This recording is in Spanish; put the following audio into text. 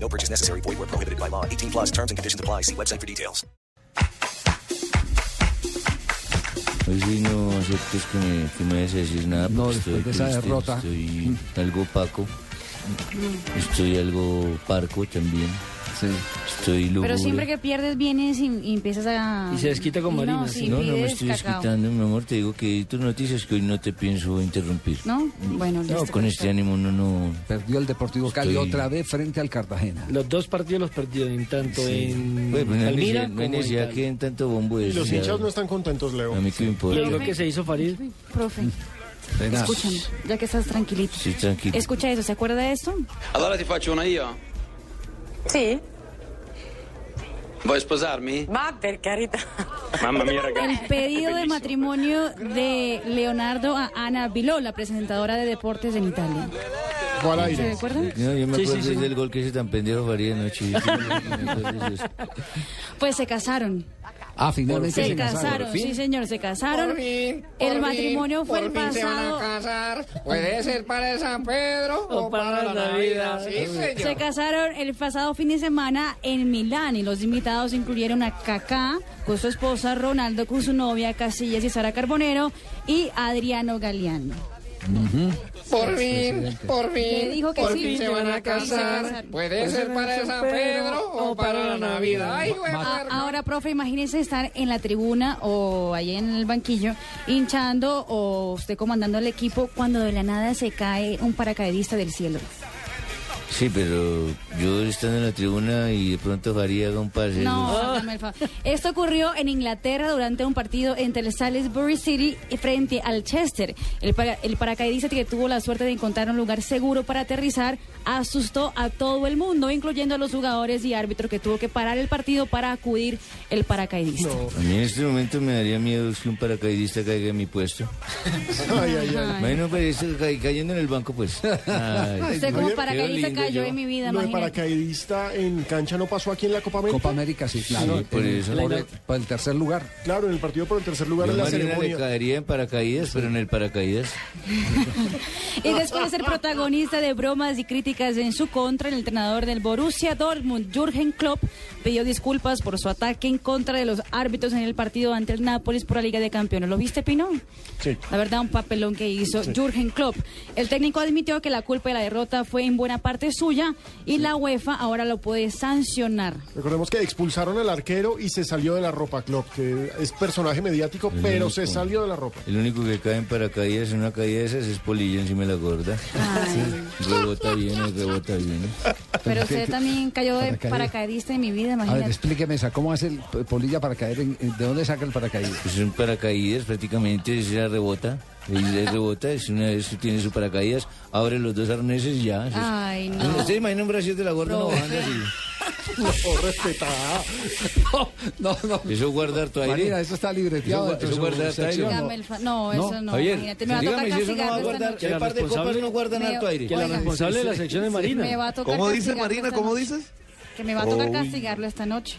No purchase necessary. Void where prohibited by law. 18 plus terms and conditions apply. See website for details. Hoy Pues sí no aceptes que me, que me vayas a decir nada. No, porque después de esa triste, derrota. Estoy algo opaco. Estoy algo parco también. Sí. Estoy lúgubre. Pero siempre que pierdes vienes y, y empiezas a... Y se desquita con Marina, No, sí. sí, No, no me pides estoy cacao. escuchando, mi amor. Te digo que tus noticias que hoy no te pienso interrumpir. ¿No? Bueno, No, listo. con este ánimo no, no. Perdió el Deportivo Cali Estoy- otra vez frente al Cartagena. Los dos partidos los perdieron, en tanto en Bueno, no hay Palmira necesidad- no hay como en necesidad Cali. que en tanto bombo de eso, Los ya, hinchas no están contentos, Leo. A mí que me importa. Lo que se hizo Farid, Profe, Tenaz. escúchame, ya que estás tranquilito. Mm. Sí, tranquilo. Escucha eso, ¿se acuerda de esto? Allora ti faccio una io? Sì, Vuoi sposarmi? ma per carità. Mamma mia El ragazzi. pedido de matrimonio de Leonardo a Ana Biló, la presentadora de deportes en Italia. Fue al ¿Se aire. acuerdan? No, yo me Sí, acuerdo sí, sí. del gol que hice tan pendejo Faría anoche. Yo me acuerdo de eso. Pues se casaron. Ah, finalmente Se se casaron. casaron, sí señor, se casaron. El matrimonio fue el pasado. Puede ser para San Pedro o para la Navidad. Se casaron el pasado fin de semana en Milán y los invitados incluyeron a Kaká con su esposa, Ronaldo con su novia, Casillas y Sara Carbonero y Adriano Galeano. Por fin, Eh, por Le dijo que sí, se van a casar. Puede ser para San Pedro o para la Navidad. Ay, güey, A- Ahora, profe, imagínense estar en la tribuna o ahí en el banquillo hinchando o usted comandando al equipo cuando de la nada se cae un paracaidista del cielo. Sí, pero yo estando en la tribuna y de pronto Faría haga un pase. No, eso- hágame el favor. Esto ocurrió en Inglaterra durante un partido entre el Salisbury City y frente al Chester. El, para- el paracaidista que tuvo la suerte de encontrar un lugar seguro para aterrizar asustó a todo el mundo, incluyendo a los jugadores y árbitro que tuvo que parar el partido para acudir el paracaidista. A mí en este momento me daría miedo que un paracaidista caiga en mi puesto. Ay, ay, ay. Ay. Bueno, pero eso ca- cayendo en el banco, pues. Ay, Usted como qué paracaidista lindo cayó yo. en mi vida, Lo de imagínate. paracaidista en cancha no pasó aquí en la Copa América. Copa América, sí, claro. Sí, por El- eso. por el, por el tercer lugar. Claro, en el partido por el tercer lugar Yo a en la Marina le ceremonia. caería en paracaídas, pero en el paracaídas. Y después de ser protagonista de bromas y críticas en su contra, el entrenador del Borussia Dortmund, Jürgen Klopp, pidió disculpas por su ataque en contra de los árbitros en el partido ante el Nápoles por la Liga de Campeones. ¿Lo viste, Pino? Sí. La verdad, un papelón que hizo Jürgen Klopp. El técnico admitió que la culpa de la derrota fue en buena parte suya y la UEFA ahora lo puede sancionar. Recordemos que expulsaron al arquero y se salió de la ropa, Klopp, que es personaje mediático, pero se salió de la ropa. El único que cae en paracaídas en una caída de esas es Polillo encima de la gorda. Rebota bien, rebota bien. Pero usted también cayó de Paracaídas. paracaidista en mi Ah, vida, A ver, imagínate. explíqueme esa. ¿Cómo hace el p- Polilla para caer? en- en- ¿De dónde saca el paracaídas? Pues un paracaídas prácticamente es la rebota. Es la rebota, es una vez que tiene su paracaídas, abre los dos arneses y ya. Eso es- Ay, no. ¿Usted imagina un brasier de la gorda no bajando así? Oh, respetada. No, no. Eso guarda harto Marina, aire. eso está libreteado. Eso- eso dentro de su guarda hasta ahí, sección. ¿no? Dígame el fa- No, eso no. Oye, imagínate, me va a tocar dígame si eso no va a castigarlo esta guardar. noche. Que hay la par de copas responsable- no guardan Me- harto aire. Que la Oiga. responsable de la sección es Marina. Me va a tocar ¿Cómo dice castigarlo Marina? esta ¿Cómo noche. dices? Que me va a tocar castigarlo esta noche.